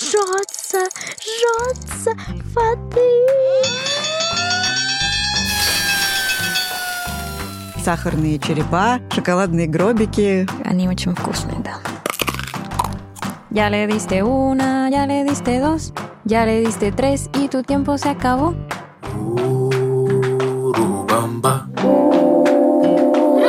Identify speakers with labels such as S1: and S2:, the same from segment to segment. S1: жжется, жжется воды.
S2: Сахарные черепа, шоколадные гробики.
S3: Они очень вкусные, да. Ya le diste una, ya le diste dos, ya le diste tres y tu tiempo se acabó.
S4: Урубамба,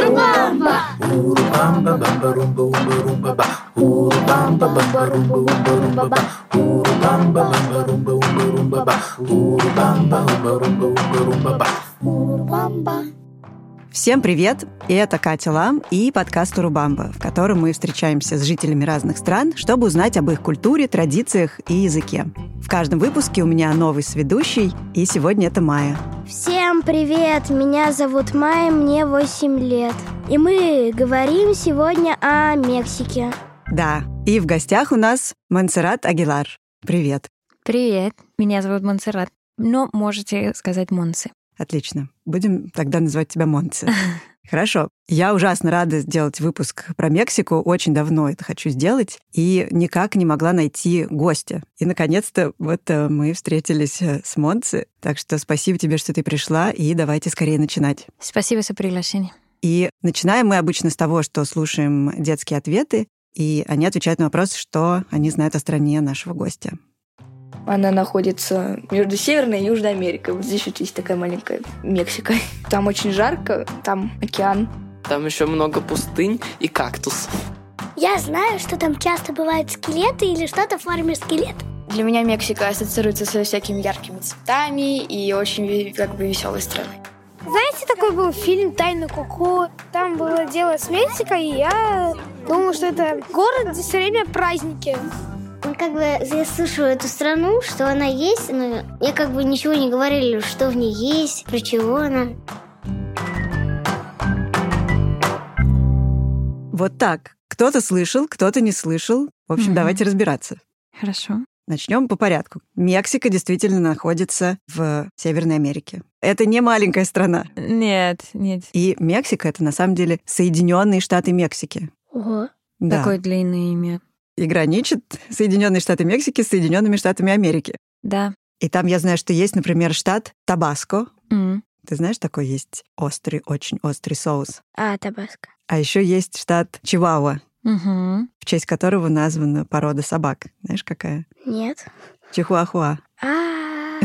S1: Рубамба!
S4: урубамба, бамба, румба, умба, румба, ба. Урубамба, бамба, румба, умба, румба, ба. Урубамба, бамба, румба, умба, румба, ба. Урубамба, умба, румба, умба, румба, ба.
S1: Урбамба!
S2: Всем привет! И это Катя Лам и подкаст «Урубамба», в котором мы встречаемся с жителями разных стран, чтобы узнать об их культуре, традициях и языке. В каждом выпуске у меня новый сведущий, и сегодня это Майя.
S1: Всем привет! Меня зовут Майя, мне 8 лет. И мы говорим сегодня о Мексике.
S2: Да, и в гостях у нас Мансерат Агилар. Привет.
S3: Привет, меня зовут Монсеррат, но Ну, можете сказать Монсы.
S2: Отлично. Будем тогда называть тебя Монце. Хорошо. Я ужасно рада сделать выпуск про Мексику. Очень давно это хочу сделать. И никак не могла найти гостя. И, наконец-то, вот э, мы встретились э, с Монце. Так что спасибо тебе, что ты пришла. И давайте скорее начинать.
S3: Спасибо за приглашение.
S2: И начинаем мы обычно с того, что слушаем детские ответы. И они отвечают на вопрос, что они знают о стране нашего гостя.
S5: Она находится между Северной и Южной Америкой. Вот здесь вот есть такая маленькая Мексика. Там очень жарко, там океан.
S6: Там еще много пустынь и кактус.
S1: Я знаю, что там часто бывают скелеты или что-то в форме скелета.
S7: Для меня Мексика ассоциируется со всякими яркими цветами и очень ве- как бы веселой страной.
S8: Знаете, такой был фильм «Тайна Куку». Там было дело с Мексикой, и я думал, что это город, где все время праздники.
S9: Ну, как бы я слышала эту страну, что она есть, но я как бы ничего не говорили, что в ней есть, про чего она.
S2: Вот так. Кто-то слышал, кто-то не слышал. В общем,
S3: Мгм.
S2: давайте разбираться.
S3: Хорошо.
S2: Начнем по порядку. Мексика действительно находится в Северной Америке. Это не маленькая страна.
S3: Нет, нет.
S2: И Мексика это на самом деле Соединенные Штаты Мексики.
S1: Ого.
S2: Да.
S3: Такое длинное имя.
S2: И граничит Соединенные Штаты Мексики с Соединенными Штатами Америки.
S3: Да.
S2: И там я знаю, что есть, например, штат Табаско.
S3: М.
S2: Ты знаешь, такой есть острый, очень острый соус.
S1: А, Табаско.
S2: А еще есть штат Чивауа,
S3: Мгм.
S2: в честь которого названа порода собак. Знаешь, какая?
S1: Нет.
S2: Чихуахуа,
S1: А,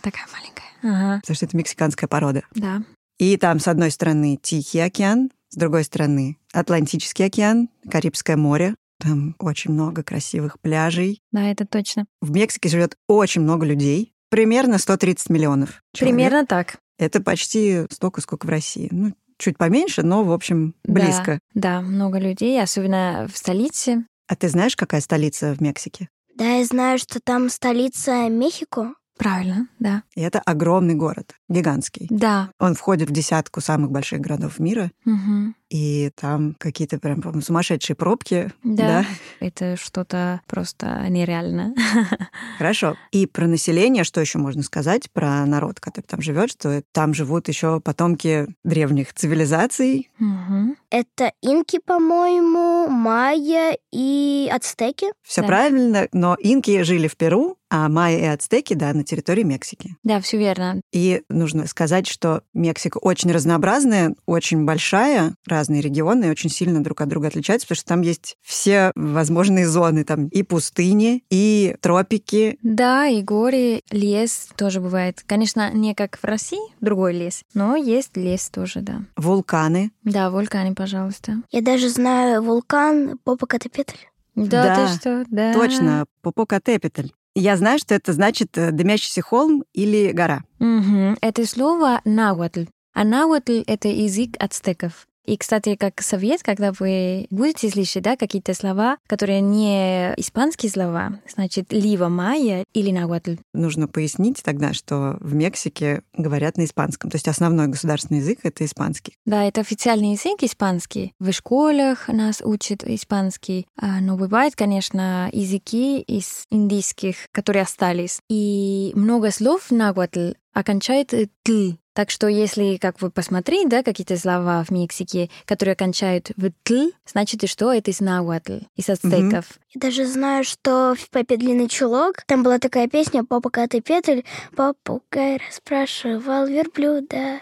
S3: Такая маленькая. Ага,
S2: потому что это мексиканская порода.
S3: да.
S2: И там, с одной стороны, Тихий океан, с другой стороны, Атлантический океан, Карибское море. Там очень много красивых пляжей.
S3: Да, это точно.
S2: В Мексике живет очень много людей. Примерно 130 миллионов. человек.
S3: Примерно так.
S2: Это почти столько, сколько в России. Ну, чуть поменьше, но, в общем,
S3: Да.
S2: близко.
S3: Да, много людей, особенно в столице.
S2: А ты знаешь, какая столица в Мексике?
S1: да, я знаю, что там столица Мехико.
S3: Правильно, да.
S2: И это огромный город, гигантский.
S3: Да.
S2: Он входит в десятку самых больших городов мира,
S3: Мгм.
S2: и там какие-то прям, по-моему, сумасшедшие пробки.
S3: Да.
S2: да?
S3: Это что-то просто нереально.
S2: Хорошо. И про население, что еще можно сказать, про народ, который там живет, что там живут еще потомки древних цивилизаций.
S3: Мгм.
S1: Это инки, по-моему, майя и ацтеки.
S2: Все
S3: Да.
S2: правильно, но инки жили в Перу, а майя и ацтеки, да, на территории Мексики.
S3: Да, все верно.
S2: И нужно сказать, что Мексика очень разнообразная, очень большая, разные регионы и очень сильно друг от друга отличаются, потому что там есть все возможные зоны, там и пустыни, и тропики,
S3: Да, и горе, лес тоже бывает. Конечно, не как в России, другой лес, но есть лес тоже, да.
S2: вулканы.
S3: Да, вулканы, пожалуйста.
S1: Я даже знаю вулкан Попокатепетль.
S3: Да,
S2: Да,
S3: ты что? Да.
S2: Точно, Попокатепетль. Я знаю, что это значит э, дымящийся холм или гора.
S3: Мгм. Это слово науатль. А науатль — это язык ацтеков. И, кстати, как совет, когда вы будете слышать да, какие-то слова, которые не испанские слова, значит, лива майя или науатль.
S2: Нужно пояснить тогда, что в Мексике говорят на испанском. То есть основной государственный язык — это испанский.
S3: Да, это официальный язык испанский. В школах нас учат испанский. А, Но бывают, конечно, языки из индийских, которые остались. И много слов нагуатль, окончает э, «тл». Так что если, как вы посмотрите, да, какие-то слова в Мексике, которые окончают в «тл», значит, и что это из науатль, из ацтеков.
S1: Я даже знаю, что в «Папе длинный чулок» там была такая песня «Папа, коты, петель». Попугай расспрашивал верблюда,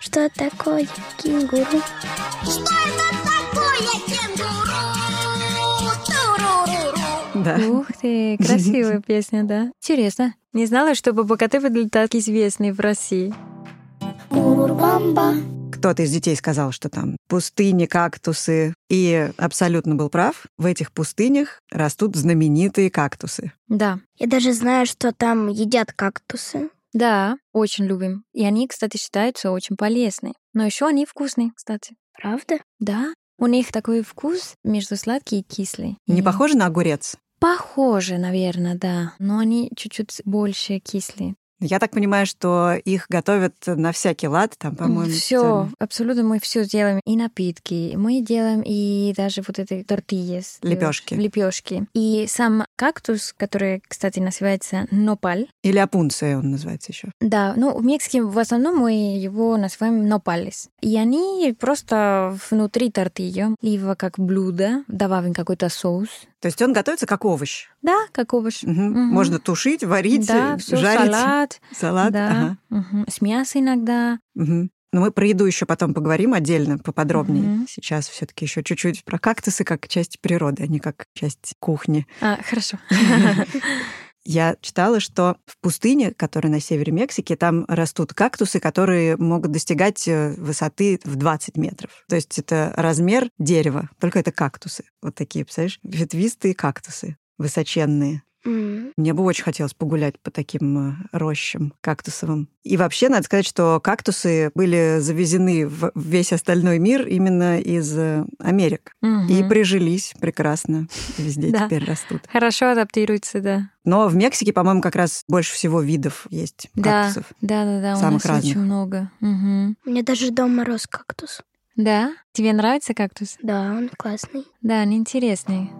S1: что такое кенгуру.
S2: Да.
S3: Ух ты, красивая песня, да. Интересно. Не знала, что Бабакаты были так известны в России.
S2: Кто-то из детей сказал, что там пустыни, кактусы. И абсолютно был прав. В этих пустынях растут знаменитые кактусы.
S3: Да,
S1: Я даже знаю, что там едят кактусы.
S3: да, очень любим. И они, кстати, считаются очень полезны. Но еще они вкусные, кстати.
S1: Правда?
S3: Да, у них такой вкус между сладкий и кислый.
S2: Не
S3: И-
S2: похоже на огурец?
S3: Похоже, наверное, да. Но они чуть-чуть больше кислые.
S2: Я так понимаю, что их готовят на всякий лад, там, по-моему.
S3: все,
S2: специально.
S3: абсолютно мы все делаем. И напитки, мы делаем и даже вот эти тортильес.
S2: Лепёшки.
S3: Лепешки. э, И сам кактус, который, кстати, называется нопаль,
S2: Или опунция он называется еще.
S3: Да, ну в Мексике в основном мы его называем нопалис. И они просто внутри тортильо, либо как блюдо, добавим какой-то соус.
S2: То есть он готовится как овощ.
S3: Да, как овощ.
S2: Мгм.
S3: Мгм.
S2: Можно тушить, варить,
S3: да,
S2: э,
S3: всё,
S2: жарить.
S3: салат.
S2: Салат,
S3: да,
S2: ага.
S3: мгм. с мясом иногда.
S2: Мгм. Но мы про еду еще потом поговорим отдельно, поподробнее.
S3: Мгм.
S2: Сейчас все-таки еще чуть-чуть про кактусы как часть природы, а не как часть кухни.
S3: А, хорошо.
S2: Я читала, что в пустыне, которая на севере Мексики, там растут кактусы, которые могут достигать э, высоты в 20 метров. То есть это размер дерева, только это кактусы. Вот такие, представляешь, ветвистые кактусы, высоченные.
S1: М,
S2: Мне бы очень хотелось погулять по таким э, рощам кактусовым. И вообще, надо сказать, что кактусы были завезены в весь остальной мир именно из э, Америк. И
S3: Мгм.
S2: прижились прекрасно. Везде
S3: Да.
S2: теперь растут.
S3: Хорошо адаптируется, да.
S2: Но в Мексике, по-моему, как раз больше всего видов есть
S3: Да,
S2: кактусов.
S3: да, да, да, у
S2: Самых
S3: нас очень
S2: разных.
S3: много. Мгм.
S1: У меня даже дома рос кактус.
S3: Да? Тебе нравится кактус?
S1: Да, он классный.
S3: Да, они интересные.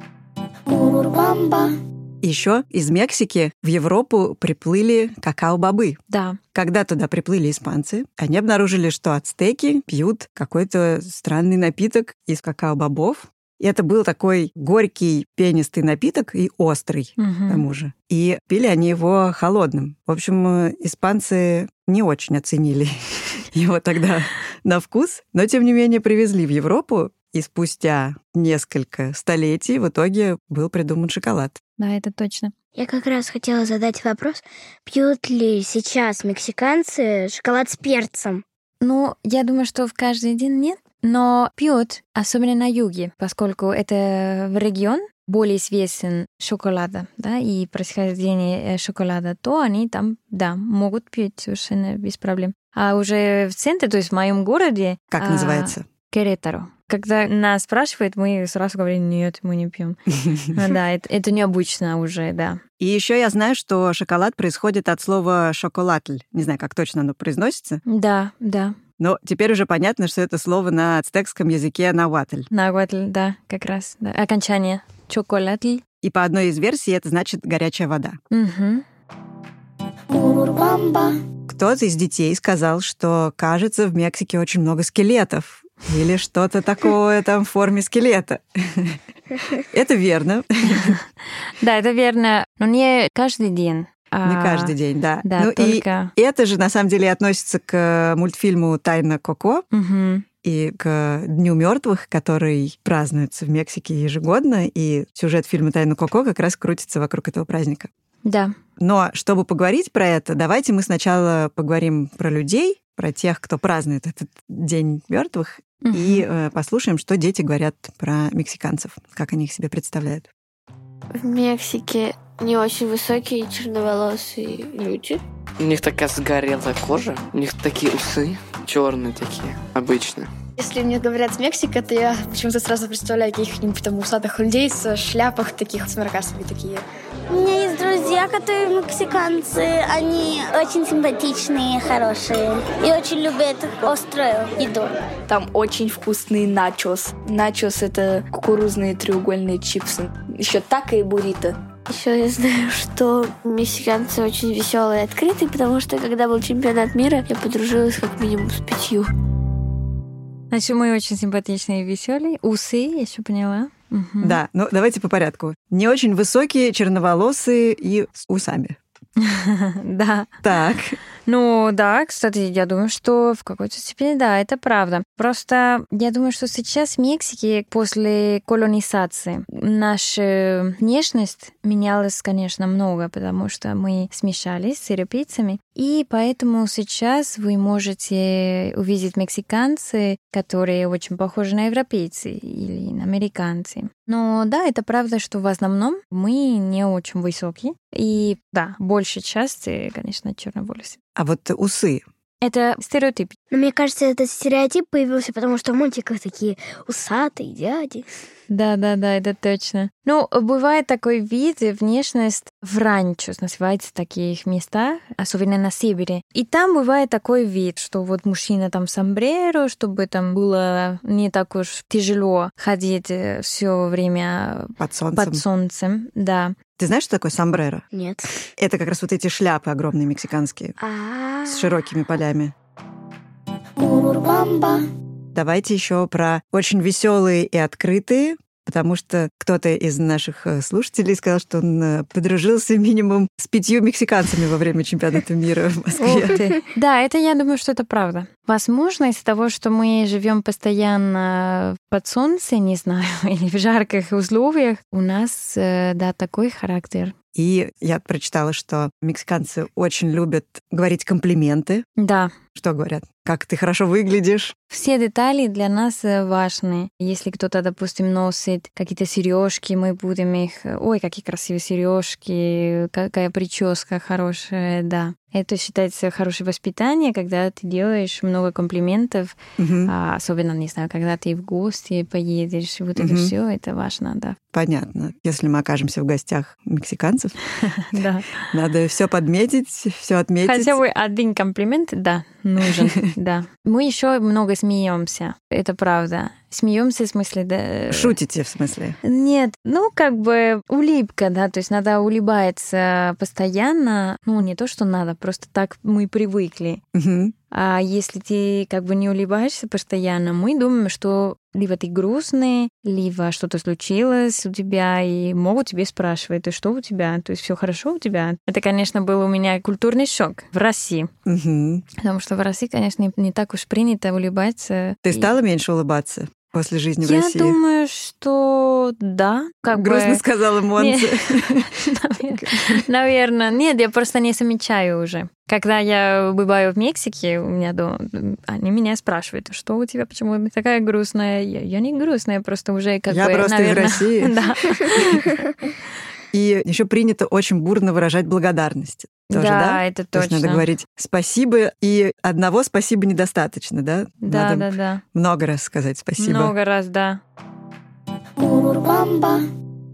S2: Еще из Мексики в Европу приплыли какао-бобы.
S3: Да.
S2: Когда туда приплыли испанцы, они обнаружили, что ацтеки пьют какой-то странный напиток из какао-бобов. И это был такой горький пенистый напиток и острый. к
S3: Мгм.
S2: тому же. И пили они его холодным. В общем, э, испанцы не очень оценили его тогда на вкус, но тем не менее привезли в Европу, и спустя несколько столетий в итоге был придуман шоколад.
S3: Да, это точно.
S1: Я как раз хотела задать вопрос, пьют ли сейчас мексиканцы шоколад с перцем?
S3: Ну, я думаю, что в каждый день нет, но пьют, особенно на юге, поскольку это регион более известен шоколада, да, и происхождение э, шоколада, то они там, да, могут пить совершенно без проблем. А уже в центре, то есть в моем городе...
S2: Как
S3: а,
S2: называется?
S3: Керетаро. Когда нас спрашивают, мы сразу говорим, нет, мы не пьем. Да, это, это необычно уже, да.
S2: И еще я знаю, что шоколад происходит от слова «шоколатль». Не знаю, как точно оно произносится,
S3: Да, да,
S2: но теперь уже понятно, что это слово на ацтекском языке «наватль».
S3: нагуатль, да, как раз. да. Окончание. Чоколадль.
S2: И по одной из версий это значит «горячая вода».
S3: Мгм.
S2: Кто-то из детей сказал, что, кажется, в Мексике очень много скелетов. Или что-то такое там в форме скелета. Это верно,
S3: Да, это верно, но не каждый день. а,
S2: не каждый день, да.
S3: Да,
S2: Ну и
S3: только...
S2: это же, на самом деле, и относится к мультфильму «Тайна Коко»
S3: Мгм.
S2: и к Дню мертвых, который празднуется в Мексике ежегодно, и сюжет фильма «Тайна Коко» как раз крутится вокруг этого праздника.
S3: Да.
S2: Но чтобы поговорить про это, давайте мы сначала поговорим про людей, про тех, кто празднует этот День мертвых, и э, послушаем, что дети говорят про мексиканцев, как они их себе представляют.
S10: В Мексике не очень высокие черноволосые люди.
S6: У них такая сгорелая кожа, у них такие усы черные такие, обычно.
S7: Если мне говорят Мексика, то я почему-то сразу представляю каких-нибудь там усатых людей с шляпах таких с маркасами такие.
S9: У меня есть друзья, которые мексиканцы. Они очень симпатичные, хорошие. И очень любят острую еду.
S5: Там очень вкусные начос. Начос — это кукурузные треугольные чипсы. Еще так и буррито.
S10: Еще я знаю, что мексиканцы очень веселые и открытые, потому что когда был чемпионат мира, я подружилась как минимум с пятью.
S3: Значит, мы очень симпатичные и веселые. Усы, я еще поняла. Мгм.
S2: Да, ну давайте по порядку. Не очень высокие, черноволосые и с усами.
S3: Да.
S2: Так,
S3: Ну да, кстати, я думаю, что в какой-то степени да, это правда. Просто я думаю, что сейчас в Мексике после колонизации наша внешность менялась, конечно, много, потому что мы смешались с европейцами. И поэтому сейчас вы можете увидеть мексиканцы, которые очень похожи на европейцы или на американцы. Но да, это правда, что в основном мы не очень высокие. И да, большей части, конечно, черноволосы.
S2: а вот усы.
S3: Это стереотип.
S1: Но мне кажется, этот стереотип появился, потому что в мультиках такие усатые дяди.
S3: Да, да, да, это точно. Ну, бывает такой вид, и внешность в ранчус называется в таких местах, особенно на Сибири. И там бывает такой вид, что вот мужчина там сомбреро, чтобы там было не так уж тяжело ходить все время
S2: Под солнцем.
S3: под солнцем. Да.
S2: Ты знаешь, что такое сомбреро?
S1: Нет.
S2: Это как раз вот эти шляпы огромные мексиканские
S1: А,
S2: с широкими полями.
S9: Урбамба.
S2: Давайте еще про очень веселые и открытые, потому что кто-то из наших э, слушателей сказал, что он э, подружился минимум с пятью мексиканцами во время чемпионата мира в
S3: Ух
S2: Москве.
S3: ты. Да, это я думаю, что это правда. Возможно, из-за того, что мы живем постоянно под солнцем, не знаю, или в жарких условиях, у нас, э, да, такой характер.
S2: И я прочитала, что мексиканцы очень любят говорить комплименты.
S3: Да,
S2: Что говорят? Как ты хорошо выглядишь?
S3: все детали для нас э, важны. Если кто-то, допустим, носит какие-то сережки, мы будем их... э, Ой, какие красивые сережки, какая прическа хорошая, да. Это считается хорошее воспитание, когда ты делаешь много комплиментов,
S2: Мгм.
S3: а, особенно, не знаю, когда ты в гости поедешь, вот это
S2: Мгм.
S3: все, это важно, да.
S2: Понятно. Если мы окажемся в гостях мексиканцев,
S3: Да.
S2: надо все подметить, все отметить.
S3: Хотя бы один комплимент, да, нужен, да. Мы еще много смеемся, это правда. Смеемся в смысле, да.
S2: Шутите, в смысле.
S3: Нет, ну как бы улыбка, да, то есть надо улыбаться постоянно. Ну не то, что надо, просто так мы привыкли.
S2: Мгм.
S3: А если ты как бы не улыбаешься постоянно, мы думаем, что либо ты грустный, либо что-то случилось у тебя, и могут тебе спрашивать, ты что у тебя, то есть все хорошо у тебя. Это, конечно, был у меня культурный шок в России,
S2: Мгм.
S3: потому что в России, конечно, не, не так уж принято улыбаться.
S2: Ты
S3: И-
S2: стала меньше улыбаться после жизни в
S3: Я
S2: России?
S3: думаю, что да. Как бы-
S2: Грустно сказала Монце.
S3: Навер- Наверное. Нет, я просто не замечаю уже. Когда я бываю в Мексике, у меня дома, они меня спрашивают, «А что у тебя, почему ты такая грустная? Я, я не грустная, просто уже как
S2: Я
S3: бы,
S2: просто из
S3: наверное,
S2: России.
S3: Да.
S2: И еще принято очень бурно выражать благодарность. Тоже, да?
S3: Да, это
S2: То есть
S3: точно.
S2: надо говорить спасибо, и одного спасибо недостаточно, да?
S3: Да,
S2: надо
S3: да, да.
S2: много раз сказать спасибо.
S3: Много раз, да.
S9: Урбамба.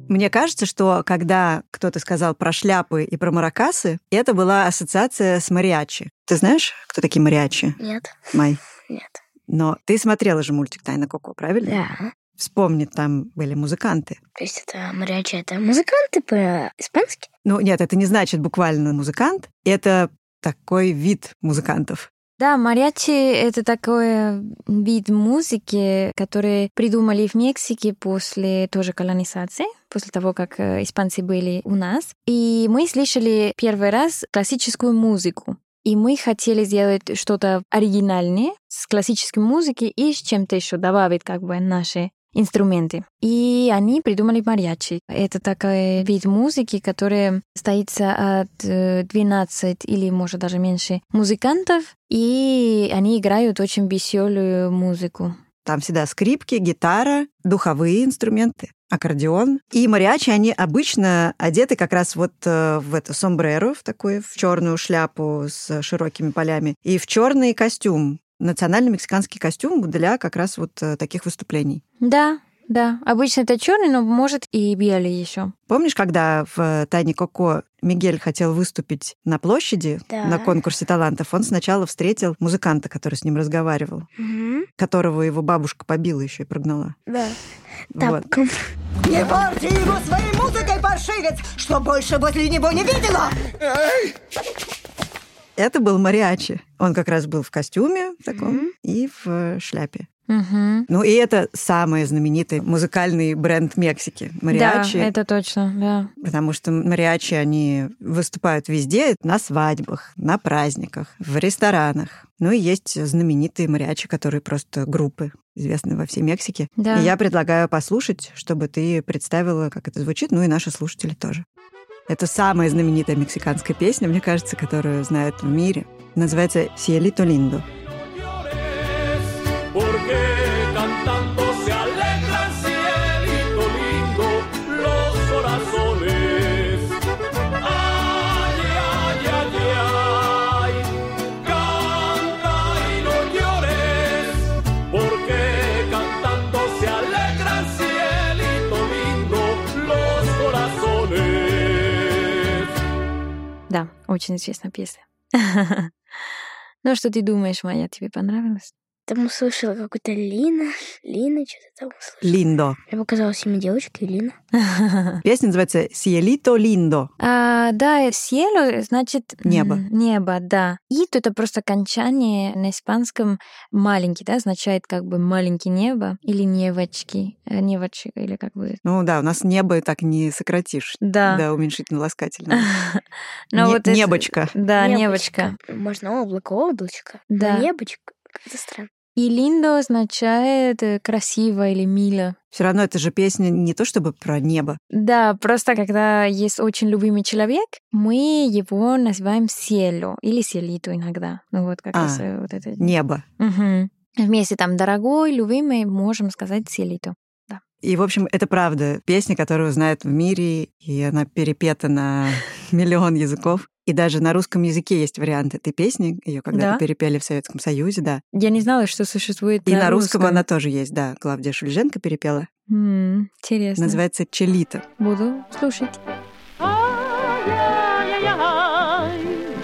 S2: Мне кажется, что когда кто-то сказал про шляпы и про маракасы, это была ассоциация с мариачи. Ты знаешь, кто такие мариачи,
S1: нет,
S2: Май?
S1: нет.
S2: Но ты смотрела же мультик «Тайна Коко», правильно?
S1: Да.
S2: Вспомни, там были музыканты.
S1: То есть это типа, морячи, это музыканты по-испански?
S2: Ну, нет, это не значит буквально музыкант. Это такой вид музыкантов.
S3: Да, мариачи — это такой вид музыки, который придумали в Мексике после тоже колонизации, после того, как э, испанцы были у нас. И мы слышали первый раз классическую музыку. И мы хотели сделать что-то оригинальное с классической музыки и с чем-то еще добавить как бы наши инструменты. И они придумали мариачи. Это такой вид музыки, который состоится от э, 12 или, может, даже меньше музыкантов, и они играют очень веселую музыку.
S2: Там всегда скрипки, гитара, духовые инструменты, аккордеон. И мариачи, они обычно одеты как раз вот э, в эту сомбреро, в такую, в черную шляпу с широкими полями, и в черный костюм, национальный мексиканский костюм для как раз вот э, таких выступлений.
S3: Да, Да, обычно это черный, но может и белый еще.
S2: Помнишь, когда в э, «Тайне Коко» Мигель хотел выступить на площади
S1: Да.
S2: на конкурсе талантов, он сначала встретил музыканта, который с ним разговаривал,
S1: Мгм.
S2: которого его бабушка побила еще и прогнала.
S1: Да.
S2: Вот.
S1: Тапком.
S11: Не порти его своей музыкой, паршивец, что больше возле него не видела!
S2: Это был мариачи. Он как раз был в костюме таком и в э, шляпе.
S3: Мгм.
S2: Ну и это самый знаменитый музыкальный бренд Мексики. Мариачи.
S3: Да, это точно, да.
S2: Потому что мариачи, они выступают везде, на свадьбах, на праздниках, в ресторанах. Ну и есть знаменитые мариачи, которые просто группы, известные во всей Мексике.
S3: Да.
S2: И я предлагаю послушать, чтобы ты представила, как это звучит, ну и наши слушатели тоже. Это самая знаменитая мексиканская песня, мне кажется, которую знают в мире. Называется «Сиелито Линдо».
S12: Porque cantando se alegran cielito lindo los corazones. Ay, ay, ay, ay, canta y no llores. Porque cantando se alegran cielito lindo los corazones.
S3: Да, очень известная песня. Ну, что ты думаешь, Майя, тебе понравилось?
S1: Там услышала какую-то Лина. Лина что-то там услышала.
S2: Линдо.
S1: Мне показалось имя девочки Лина.
S2: Песня называется «Сиелито Линдо».
S3: А, да, cielo значит... м,
S2: Небо.
S3: Небо, да. И тут это просто кончание на испанском маленький, да, означает как бы маленький небо или невочки, э, невочек, или как бы...
S2: Ну да, у нас небо так не сократишь.
S3: Да.
S2: Да, уменьшительно ласкательно.
S3: Но
S2: Не-
S3: вот это-
S2: небочка.
S3: Да, небочка.
S1: Можно облако, облачко.
S3: Да.
S1: Да. Небочка. Как-то странно.
S3: И линдо означает э, красиво или мило.
S2: Все равно это же песня не то чтобы про небо.
S3: Да, просто когда есть очень любимый человек, мы его называем селю или селиту иногда. Ну вот как
S2: А,
S3: раз э, вот это.
S2: Небо.
S3: Мгм. Вместе там дорогой, любимый, можем сказать селиту. Да.
S2: И, в общем, это правда. Песня, которую знают в мире, и она перепета на миллион языков. И даже на русском языке есть вариант этой песни. Ее
S3: Да?
S2: когда-то перепели в Советском Союзе, да.
S3: Я не знала, что существует э,
S2: И на, русском, она тоже есть, да. Клавдия Шульженко перепела.
S3: М, интересно.
S2: Называется «Челита».
S3: Буду слушать.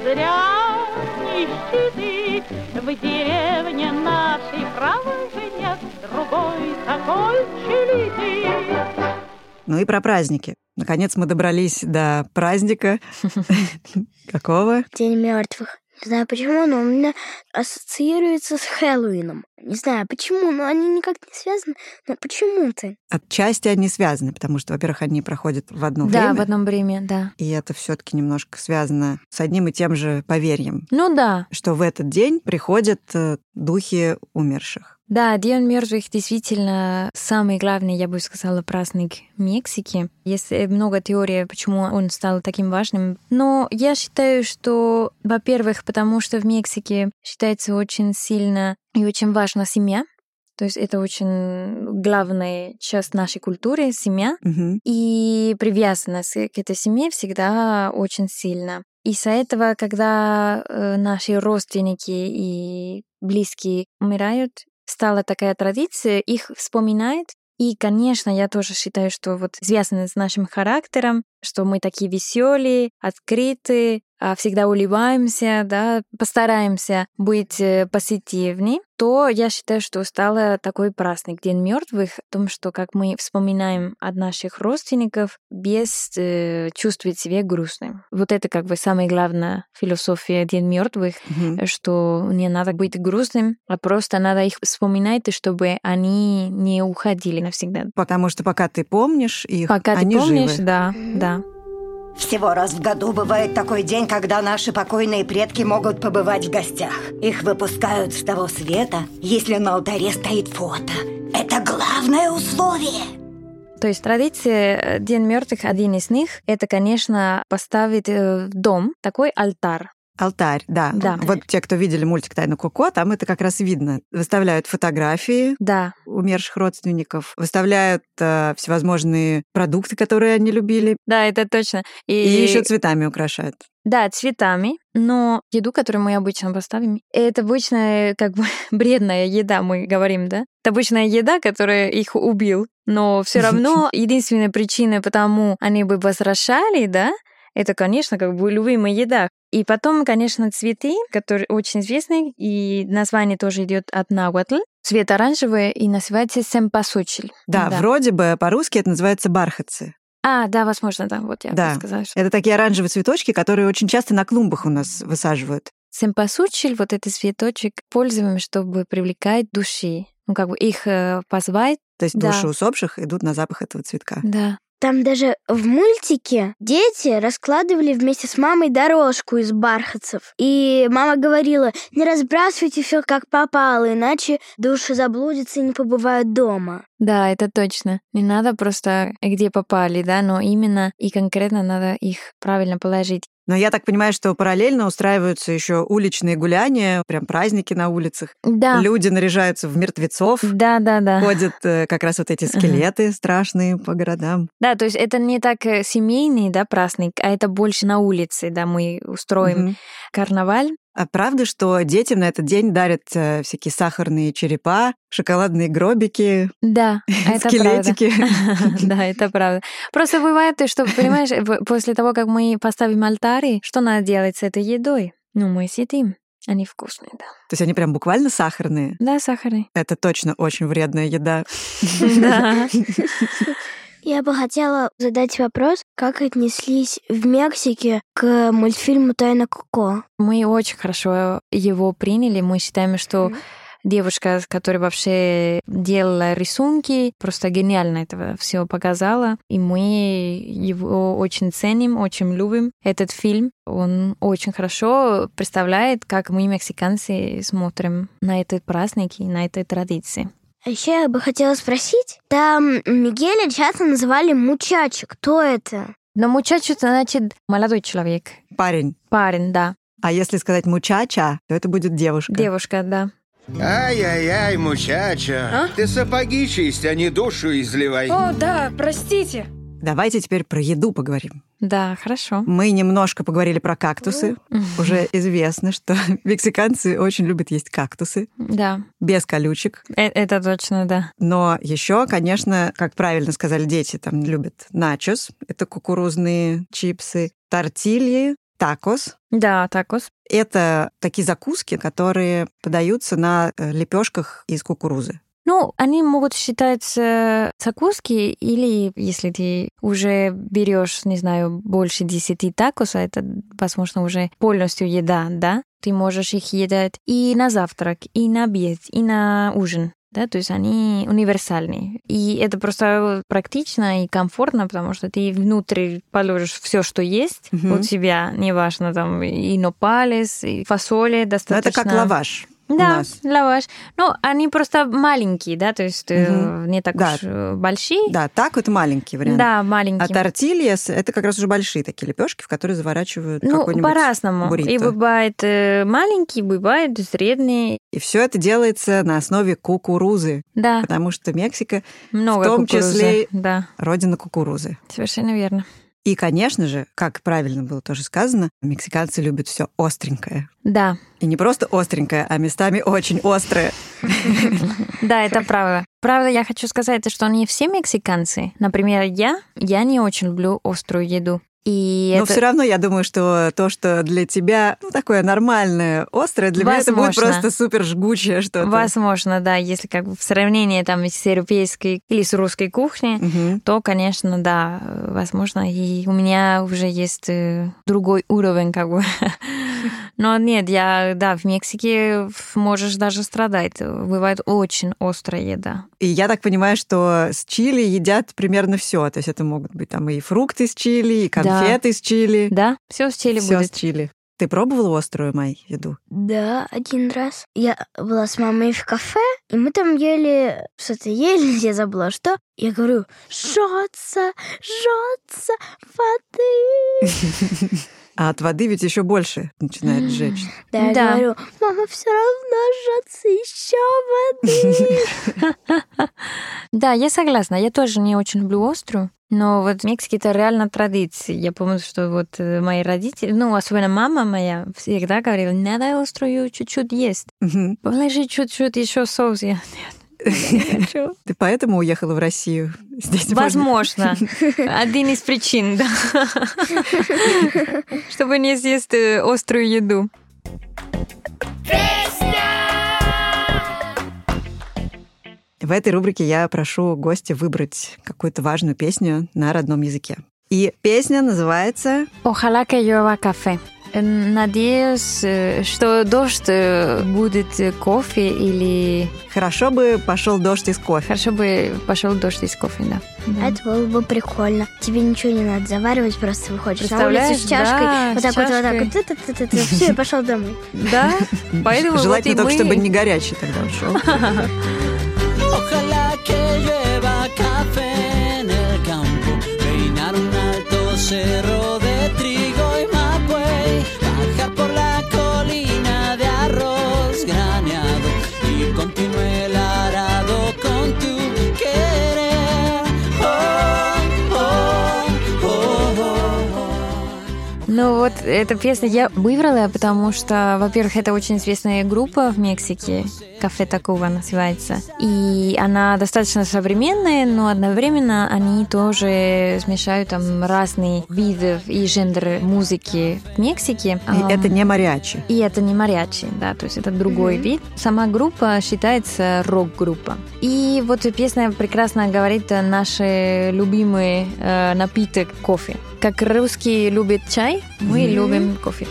S13: Зря нищеты в деревне нашей правой же нет другой такой челиты.
S2: Ну и про праздники. Наконец мы добрались до праздника. Какого?
S1: День мертвых. Не знаю почему, но у меня ассоциируется с Хэллоуином. Не знаю почему, но они никак не связаны. Но почему-то.
S2: Отчасти они связаны, потому что, во-первых, они проходят в одно
S3: да,
S2: Ну, время.
S3: в одном время, да.
S2: И это все-таки немножко связано с одним и тем же поверьем,
S3: Ну да,
S2: что в этот день приходят э, духи умерших.
S3: Да, День мертвых действительно самый главный, я бы сказала, праздник Мексики. Есть э, много теорий, почему он стал таким важным. Но я считаю, что, во-первых, потому что в Мексике считается очень сильно и очень важна семья. То есть это очень главная часть нашей культуры — семья.
S2: Мгм.
S3: И привязанность к этой семье всегда очень сильно. Из-за этого, когда э, наши родственники и близкие умирают, стала такая традиция, их вспоминают. И, конечно, я тоже считаю, что вот связано с нашим характером, что мы такие веселые, открытые, а, всегда улыбаемся, да, постараемся быть э, позитивнее, то я считаю, что стало такой праздник День мертвых, о том, что как мы вспоминаем от наших родственников без э, чувствовать себя грустным. Вот это как бы самая главная философия День мертвых,
S2: Мгм.
S3: что не надо быть грустным, а просто надо их вспоминать, и чтобы они не уходили навсегда.
S2: Потому что пока ты помнишь их,
S3: Пока
S2: они
S3: ты помнишь,
S2: живы.
S3: да, да.
S11: Всего раз в году бывает такой день, когда наши покойные предки могут побывать в гостях. Их выпускают с того света, если на алтаре стоит фото. Это главное условие.
S3: То есть традиция э, День мертвых один из них, это, конечно, поставить э, в дом такой алтарь.
S2: Алтарь, да.
S3: Да.
S2: Вот те, кто видели мультик «Тайна Коко», там это как раз видно. Выставляют фотографии
S3: Да.
S2: умерших родственников, выставляют э, всевозможные продукты, которые они любили,
S3: Да, это точно. И,
S2: и еще цветами украшают.
S3: Да, цветами, но еду, которую мы обычно поставим, это обычная как бы бредная еда, мы говорим, да? Это обычная еда, которая их убил, но все равно единственная причина, потому они бы возвращали, да, это, конечно, как бы любимая еда. И потом, конечно, цветы, которые очень известны, и название тоже идет от нагуатль. Цвет оранжевый и называется семпасучель.
S2: Да, вроде бы по-русски это называется бархатцы.
S3: А, да, возможно, да, вот я
S2: да,
S3: бы сказала. что-
S2: это такие оранжевые цветочки, которые очень часто на клумбах у нас высаживают.
S3: Сэмпасучель, вот этот цветочек, пользуем, чтобы привлекать души. Ну, как бы их э, позвать.
S2: То есть
S3: Да.
S2: души усопших идут на запах этого цветка.
S3: Да.
S1: Там даже в мультике дети раскладывали вместе с мамой дорожку из бархатцев. И мама говорила, не разбрасывайте все как попало, иначе души заблудятся и не побывают дома.
S3: Да, это точно. Не надо просто э, где попали, да, но именно и конкретно надо их правильно положить.
S2: Но я так понимаю, что параллельно устраиваются еще уличные гуляния, прям праздники на улицах.
S3: Да.
S2: Люди наряжаются в мертвецов.
S3: Да, да, да.
S2: Ходят э, как раз вот эти скелеты страшные по городам.
S3: Да, то есть это не так э, семейный, да, праздник, а это больше на улице, да, мы устроим
S2: Мгм.
S3: карнаваль.
S2: А правда, что детям на этот день дарят э, всякие сахарные черепа, шоколадные гробики?
S3: Да, а это
S2: Скелетики.
S3: правда. Да, это правда. Просто бывает, ты что, понимаешь, в- после того, как мы поставим алтарь, что надо делать с этой едой? Ну, мы съедим. Они вкусные, да.
S2: То есть они прям буквально сахарные?
S3: Да, сахарный.
S2: Это точно очень вредная еда.
S3: Да.
S1: Я бы хотела задать вопрос, как отнеслись в Мексике к мультфильму «Тайна Коко».
S3: Мы очень хорошо его приняли. Мы считаем, что девушка, которая вообще делала рисунки, просто гениально этого все показала. И мы его очень ценим, очень любим. Этот фильм, он очень хорошо представляет, как мы, мексиканцы, смотрим на этот праздник и на этой традиции.
S1: А еще я бы хотела спросить, там Мигеля часто называли мучачи. Кто это?
S3: Но мучачу значит молодой человек.
S2: Парень.
S3: Парень, да.
S2: А если сказать мучача, то это будет девушка.
S3: Девушка, да.
S14: Ай-яй-яй, мучача, ты сапоги чисть, а не душу изливай.
S7: О, да, простите.
S2: Давайте теперь про еду поговорим.
S3: Да, хорошо.
S2: Мы немножко поговорили про
S3: Ну.
S2: кактусы. Уже известно, что мексиканцы очень любят есть кактусы
S3: Да,
S2: без колючек.
S3: Э- это точно, да.
S2: Но еще, конечно, как правильно сказали дети, там любят начос, это кукурузные чипсы, тортильи, такос.
S3: Да, такос.
S2: Это такие закуски, которые подаются на лепешках из кукурузы.
S3: Ну, они могут считаться закуски, или если ты уже берешь, не знаю, больше 10 такос, а это, возможно, уже полностью еда, да? Ты можешь их едать и на завтрак, и на обед, и на ужин. Да, то есть они универсальные. И это просто практично и комфортно, потому что ты внутрь положишь все, что есть
S2: Мгм.
S3: у тебя, неважно, там и нопалес, и фасоли
S2: Но Ну, это
S3: достаточно.
S2: как лаваш. у
S3: Да,
S2: нас.
S3: лаваш. Ну, они просто маленькие, да, то есть э,
S2: Мгм.
S3: не так
S2: Да.
S3: уж э, большие.
S2: Да, так это маленький вариант.
S3: Да, маленькие.
S2: А тортильяс это как раз уже большие такие лепешки, в которые заворачивают
S3: ну,
S2: какой-нибудь
S3: по-разному.
S2: буррито.
S3: И бывает э, маленькие, бывает средние.
S2: И все это делается на основе кукурузы.
S3: Да.
S2: Потому что Мексика
S3: Много
S2: в том
S3: кукурузы,
S2: числе
S3: да.
S2: родина кукурузы.
S3: Совершенно верно.
S2: И, конечно же, как правильно было тоже сказано, мексиканцы любят все остренькое.
S3: Да,
S2: И не просто остренькое, а местами очень острое.
S3: да, это правда. Правда, я хочу сказать, что не все мексиканцы. Например, я, я не очень люблю острую еду. И
S2: Но
S3: это-
S2: все равно я думаю, что то, что для тебя ну, такое нормальное, острое, для меня это будет
S3: Возможно.
S2: просто супер жгучее что-то.
S3: Возможно, да, если как бы в сравнении там с европейской или с русской кухней, то, конечно, да, э, возможно, и у меня уже есть э, другой уровень как бы. Но нет, я, да, в Мексике в- можешь даже страдать. Бывает очень острая еда.
S2: И я так понимаю, что с чили едят примерно все. То есть это могут быть там и фрукты с чили, и конфеты с чили.
S3: Да, все с чили
S2: Все
S1: будет.
S2: с чили. Ты пробовала острую май еду?
S1: Да, один раз. Я была с мамой в кафе, и мы там ели... Что-то ели, я забыла, что. Я говорю, жжется, жжется воды.
S2: А от воды ведь еще больше начинает жечь.
S1: Да, я
S3: Да.
S1: говорю, мама, все равно жжется еще воды.
S3: Да, я согласна. Я тоже не очень люблю острую. Но вот в Мексике это реально традиция. Я помню, что вот э, мои родители, ну, особенно мама моя, всегда говорила, надо острую чуть-чуть есть.
S2: Мгм.
S3: Положи чуть-чуть еще соус. Я,
S2: Ты поэтому уехала в Россию? Здесь
S3: Типа,
S2: можно-
S3: Возможно. Один из причин, да. Чтобы не съесть э, острую еду.
S2: В этой рубрике я прошу гостя выбрать какую-то важную песню на родном языке. И песня называется
S3: Ojalá que llueva café. Э, Надеюсь, э, что дождь э, будет э, кофе или...
S2: Хорошо бы пошел дождь из кофе.
S3: Хорошо бы пошел дождь из кофе, да.
S1: Это было бы прикольно. Тебе ничего не надо заваривать, просто выходишь на улицу
S3: Представляешь?
S1: с чашкой,
S3: Да,
S1: вот
S3: с
S1: так вот, вот так
S3: чашкой.
S1: вот, все, я пошел домой.
S3: Да, поэтому вот
S2: Желательно
S3: и
S2: только,
S3: мы-
S2: чтобы не горячий тогда ушел.
S15: Ojalá que llueva café en el campo, peinar un alto cerro de trigo y mapuey, bajar por la colina de arroz graneado y continúe el arado con tu querer. Oh, oh, oh, oh.
S3: Ну вот эта песня я выбрала, потому что, во-первых, это очень известная группа в Мексике, кафе Такуба называется, и она достаточно современная, но одновременно они тоже смешают там разные виды и гендеры музыки в Мексике.
S2: И это
S3: Ам,
S2: не мариачи.
S3: и это не мариачи, да, то есть это другой
S2: Мгм.
S3: вид. Сама группа считается рок-группа. И вот эта песня прекрасно говорит о наши любимые э, напиток кофе. Как русские любят чай, мы
S2: Мгм.
S3: любим кофе.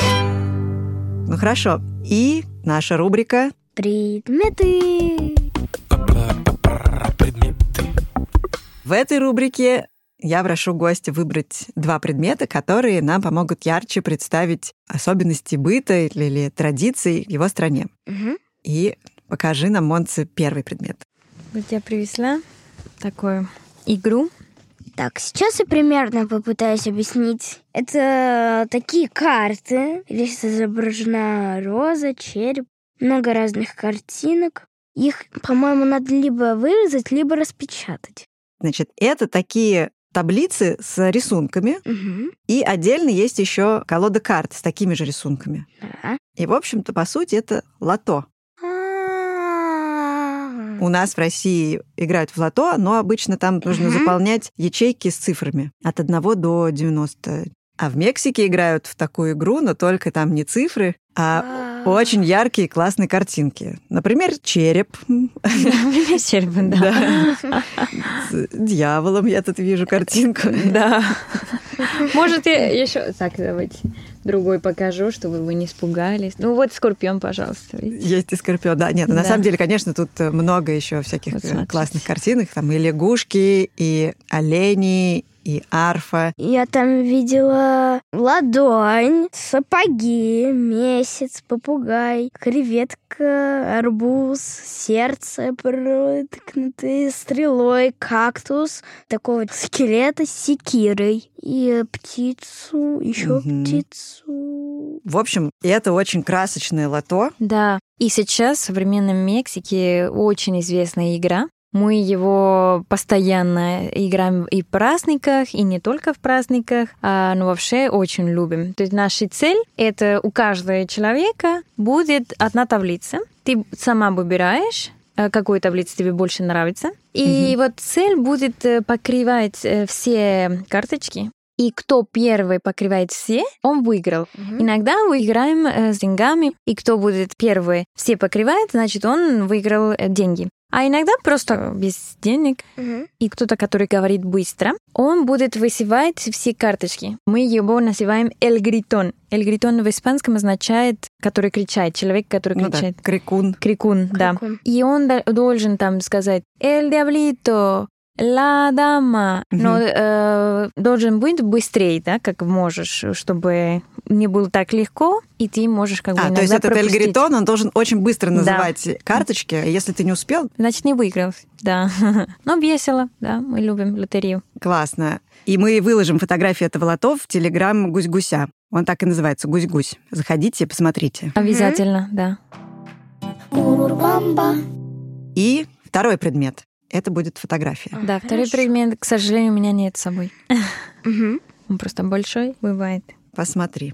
S2: Ну хорошо. И наша рубрика
S1: Предметы.
S2: В этой рубрике я прошу гостя выбрать два предмета, которые нам помогут ярче представить особенности быта или, или традиций в его стране.
S1: Мгм.
S2: И покажи нам, Монце, первый предмет.
S3: Вот я привезла такую игру.
S1: Так, сейчас я примерно попытаюсь объяснить. Это такие карты. Здесь изображена роза, череп, много разных картинок. Их, по-моему, надо либо вырезать, либо распечатать.
S2: Значит, это такие таблицы с рисунками, и отдельно есть еще колода карт с такими же рисунками. И, в общем-то, по сути, это лото.
S1: А.
S2: У нас в России играют в лото, но обычно там нужно
S1: Мгм.
S2: заполнять ячейки с цифрами от 1 до 90. А в Мексике играют в такую игру, но только там не цифры, а очень яркие классные картинки. Например, череп.
S3: Например, череп,
S2: да. С дьяволом я тут вижу картинку.
S3: Да. Может, я еще... Так, давайте другой покажу, чтобы вы не испугались. Ну вот скорпион, пожалуйста. видите?
S2: Есть и скорпион, да. Нет, на
S3: Да.
S2: самом деле, конечно, тут э, много еще всяких э, классных картинок. Там и лягушки, и олени, и арфа.
S1: Я там видела ладонь, сапоги, месяц, попугай, креветка, арбуз, сердце, проткнутое стрелой, кактус, такого скелета с секирой и птицу, еще
S2: Мгм.
S1: птицу.
S2: В общем, это очень красочное лото.
S3: Да. И сейчас в современном Мексике очень известная игра. Мы его постоянно играем и в праздниках, и не только в праздниках, а, но вообще очень любим. То есть наша цель — это у каждого человека будет одна таблица. Ты сама выбираешь, э, какую таблицу тебе больше нравится. И вот цель будет э, покрывать э, все карточки. И кто первый покрывает все, он выиграл. Иногда мы играем э, с деньгами, и кто будет первый все покрывает, значит, он выиграл э, деньги. А иногда просто без денег. И кто-то, который говорит быстро, он будет высевать все карточки. Мы его называем «эль гритон». «Эль гритон» в испанском означает «который кричает», человек, который
S2: Ну да,
S3: кричает.
S2: крикун.
S3: Крикун, да. И он да- должен там сказать «эль диаблито», «ла дама». Но
S2: Мгм.
S3: э, должен быть быстрее, да, как можешь, чтобы не было так легко, и ты можешь как бы
S2: А, то есть
S3: иногда
S2: этот
S3: пропустить.
S2: Эльгритон, он должен очень быстро
S3: Да.
S2: называть карточки. а Если ты не успел,
S3: Значит, не выиграл, да. Но весело, да, мы любим лотерею.
S2: классно. И мы выложим фотографии этого лото в телеграм «Гусь-гуся». Он так и называется «Гусь-гусь». Заходите, посмотрите.
S3: Обязательно, да.
S2: И Второй предмет. Это будет фотография.
S3: Да, второй предмет, к сожалению, у меня нет с собой. Он просто большой бывает.
S2: Посмотри.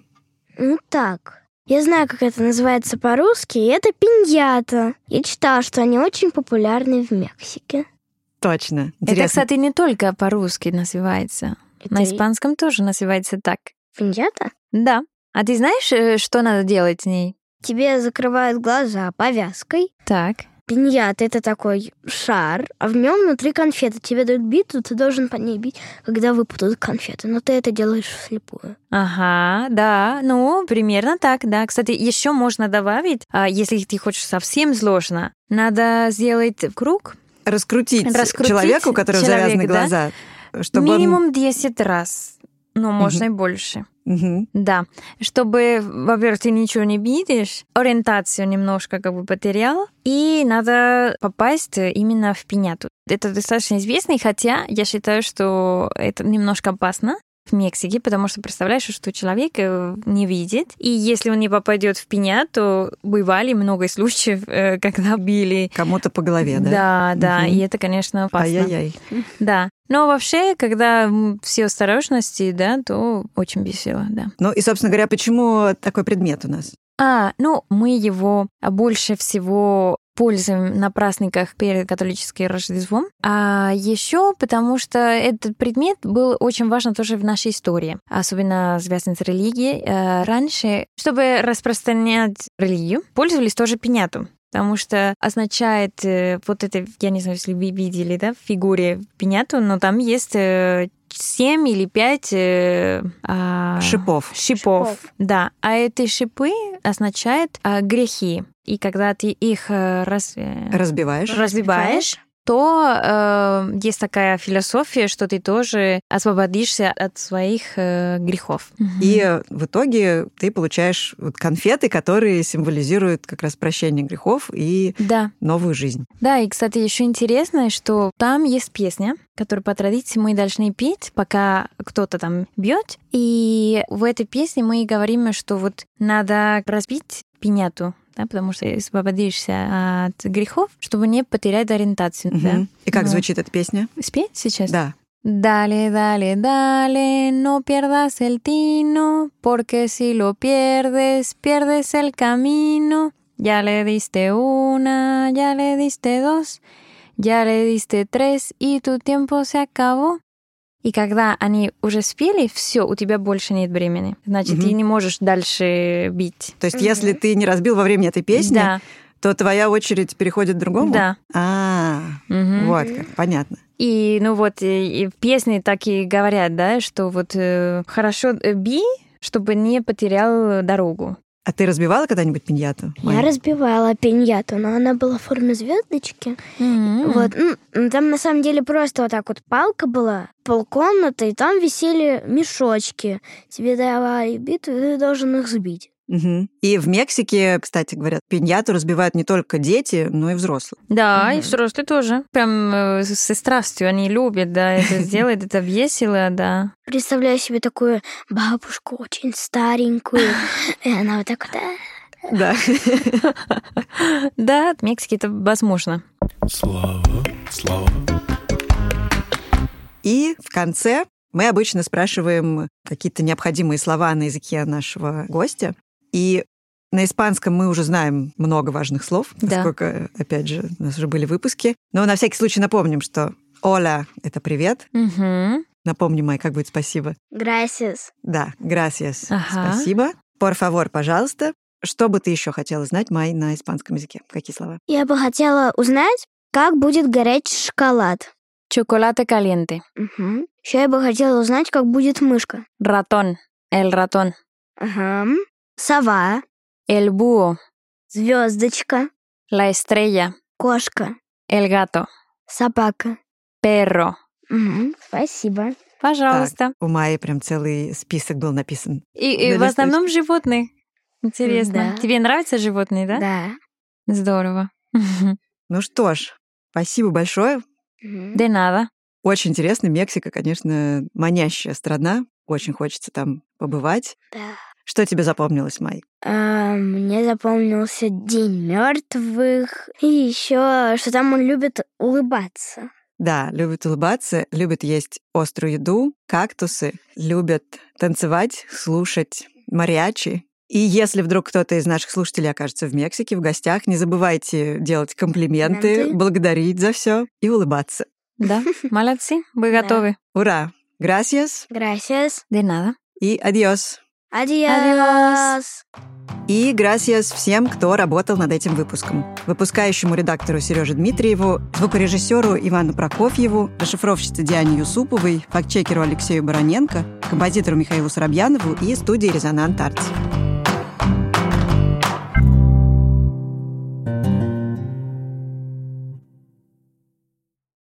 S1: Ну так. Я знаю, как это называется по-русски, и это пиньята. Я читала, что они очень популярны в Мексике.
S2: Точно.
S3: Это,
S2: Интересно.
S3: кстати, не только по-русски называется. На испанском тоже называется так.
S1: Пиньята?
S3: Да. А ты знаешь, э, что надо делать с ней?
S1: Тебе закрывают глаза повязкой.
S3: Так.
S1: Пиньята — это такой шар, а в нем внутри конфеты. Тебе дают биту, ты должен по ней бить, когда выпадут конфеты. Но ты это делаешь вслепую.
S3: Ага, да, ну, примерно так, да. Кстати, еще можно добавить, а, если ты хочешь совсем сложно, надо сделать круг,
S2: Раскрутить,
S3: Раскрутить
S2: человека, у которого
S3: человека,
S2: завязаны
S3: да?
S2: глаза, чтобы он-
S3: минимум 10 раз, ну, можно и больше.
S2: Мгм.
S3: Да, чтобы, во-первых, ты ничего не видишь, ориентацию немножко как бы потерял, и надо попасть э, именно в пиняту. Это достаточно известный, хотя я считаю, что это немножко опасно в Мексике, потому что представляешь, что человек э, не видит, и если он не попадет в пиняту, бывали много случаев, э, когда били
S2: кому-то по голове, да?
S3: да, да,
S2: Мгм.
S3: и это, конечно, опасно.
S2: Ай-яй-яй.
S3: Да. Но вообще, когда м, все осторожности, да, то очень весело, да.
S2: Ну и, собственно говоря, почему такой предмет у нас?
S3: А, ну, мы его а, больше всего пользуем на праздниках перед католическим Рождеством. А еще потому, что этот предмет был очень важен тоже в нашей истории, особенно связан с религией. Э, Раньше, чтобы распространять религию, пользовались тоже пиняту. Потому что означает э, вот это, я не знаю, если вы видели, да, в фигуре пиняту, но там есть э, семь или пять э, а,
S2: Шипов.
S3: шипов.
S2: Шипов.
S3: Да, а эти шипы означают а, грехи. И когда ты их э, раз- э,
S2: Разбиваешь.
S3: разбиваешь, то э, есть такая философия, что ты тоже освободишься от своих э, грехов.
S2: И э, в итоге ты получаешь вот конфеты, которые символизируют как раз прощение грехов и
S3: Да.
S2: новую жизнь.
S3: Да, и, кстати, еще интересно, что там есть песня, которую по традиции мы должны петь, пока кто-то там бьет. И в этой песне мы говорим, что вот надо разбить пиняту, да, потому что освободишься от грехов, чтобы не потерять ориентацию. да.
S2: Мгм. И как
S3: Ну.
S2: звучит эта песня?
S3: Спеть сейчас?
S2: Да.
S3: Dale, dale, dale, no pierdas el tino, porque si lo pierdes, pierdes el camino. Ya le diste una, ya le diste dos, ya le diste tres, и tu tiempo se acabó. И когда они уже спели, все, у тебя больше нет времени. Значит, ты
S2: Мгм.
S3: не можешь дальше бить.
S2: То есть, если ты не разбил во время этой песни,
S3: Да.
S2: то твоя очередь переходит к другому?
S3: Да.
S2: А,
S3: Мгм.
S2: вот как, понятно.
S3: И, ну вот, и, и в песне так и говорят, да, что вот э, хорошо э, би, чтобы не потерял дорогу.
S2: А ты разбивала когда-нибудь пиньяту?
S1: Я разбивала пиньяту, но она была в форме звездочки. Вот, ну, ну, там на самом деле просто вот так вот палка была, полкомнаты, и там висели мешочки. Тебе давали биту, и ты должен их сбить.
S2: Мгм. И в Мексике, кстати говоря, пиньяту разбивают не только дети, но и взрослые.
S3: Да, и взрослые тоже. Прям э, с- со страстью они любят, да, это сделать, это весело, да.
S1: Представляю себе такую бабушку очень старенькую, и она вот так вот... «А,
S2: Да.
S3: Да, в Мексике это возможно.
S4: Слава, слава.
S2: И в конце мы обычно спрашиваем какие-то необходимые слова на языке нашего гостя. И на испанском мы уже знаем много важных слов,
S3: Да.
S2: поскольку, опять же, у нас уже были выпуски. Но на всякий случай напомним, что «Оля» — это «привет».
S3: Мгм.
S2: Напомни, Май, как будет «спасибо».
S1: Gracias.
S2: Да, gracias,
S1: Ага.
S2: спасибо. Por favor, пожалуйста. Что бы ты еще хотела знать, Май, на испанском языке? Какие слова?
S1: Я бы хотела узнать, как будет гореть шоколад.
S3: Чоколад каленты.
S1: Еще я бы хотела узнать, как будет мышка.
S3: Ратон. Эль ратон.
S1: Ага. Сова.
S3: Эль буо.
S1: Звездочка.
S3: Ла эстрелля.
S1: Кошка.
S3: Эль гато.
S1: Собака.
S3: Перро.
S1: Спасибо.
S3: Пожалуйста.
S2: Так, у Майи прям целый список был написан.
S3: И, и в
S2: Налистать.
S3: основном животные. Интересно.
S1: Да.
S3: Тебе нравятся животные, да?
S1: Да.
S3: Здорово.
S2: Ну что ж, спасибо большое.
S3: Да надо.
S2: Очень интересно. Мексика, конечно, манящая страна. Очень хочется там побывать.
S1: Да.
S2: Что тебе запомнилось, Май?
S1: А, мне запомнился День мертвых и еще, что там он любит улыбаться.
S2: Да, любят улыбаться, любят есть острую еду, кактусы, любят танцевать, слушать мариачи. И если вдруг кто-то из наших слушателей окажется в Мексике, в гостях, не забывайте делать комплименты,
S3: Комплименты.
S2: благодарить за все и улыбаться.
S3: Да, молодцы, вы готовы.
S2: Ура! Gracias
S1: Gracias.
S3: De nada.
S2: и adiós.
S1: Adiós.
S2: И gracias всем, кто работал над этим выпуском. Выпускающему редактору Сереже Дмитриеву, звукорежиссеру Ивану Прокофьеву, расшифровщице Диане Юсуповой, фактчекеру Алексею Бароненко, композитору Михаилу Соробьянову и студии «Резонант Артс».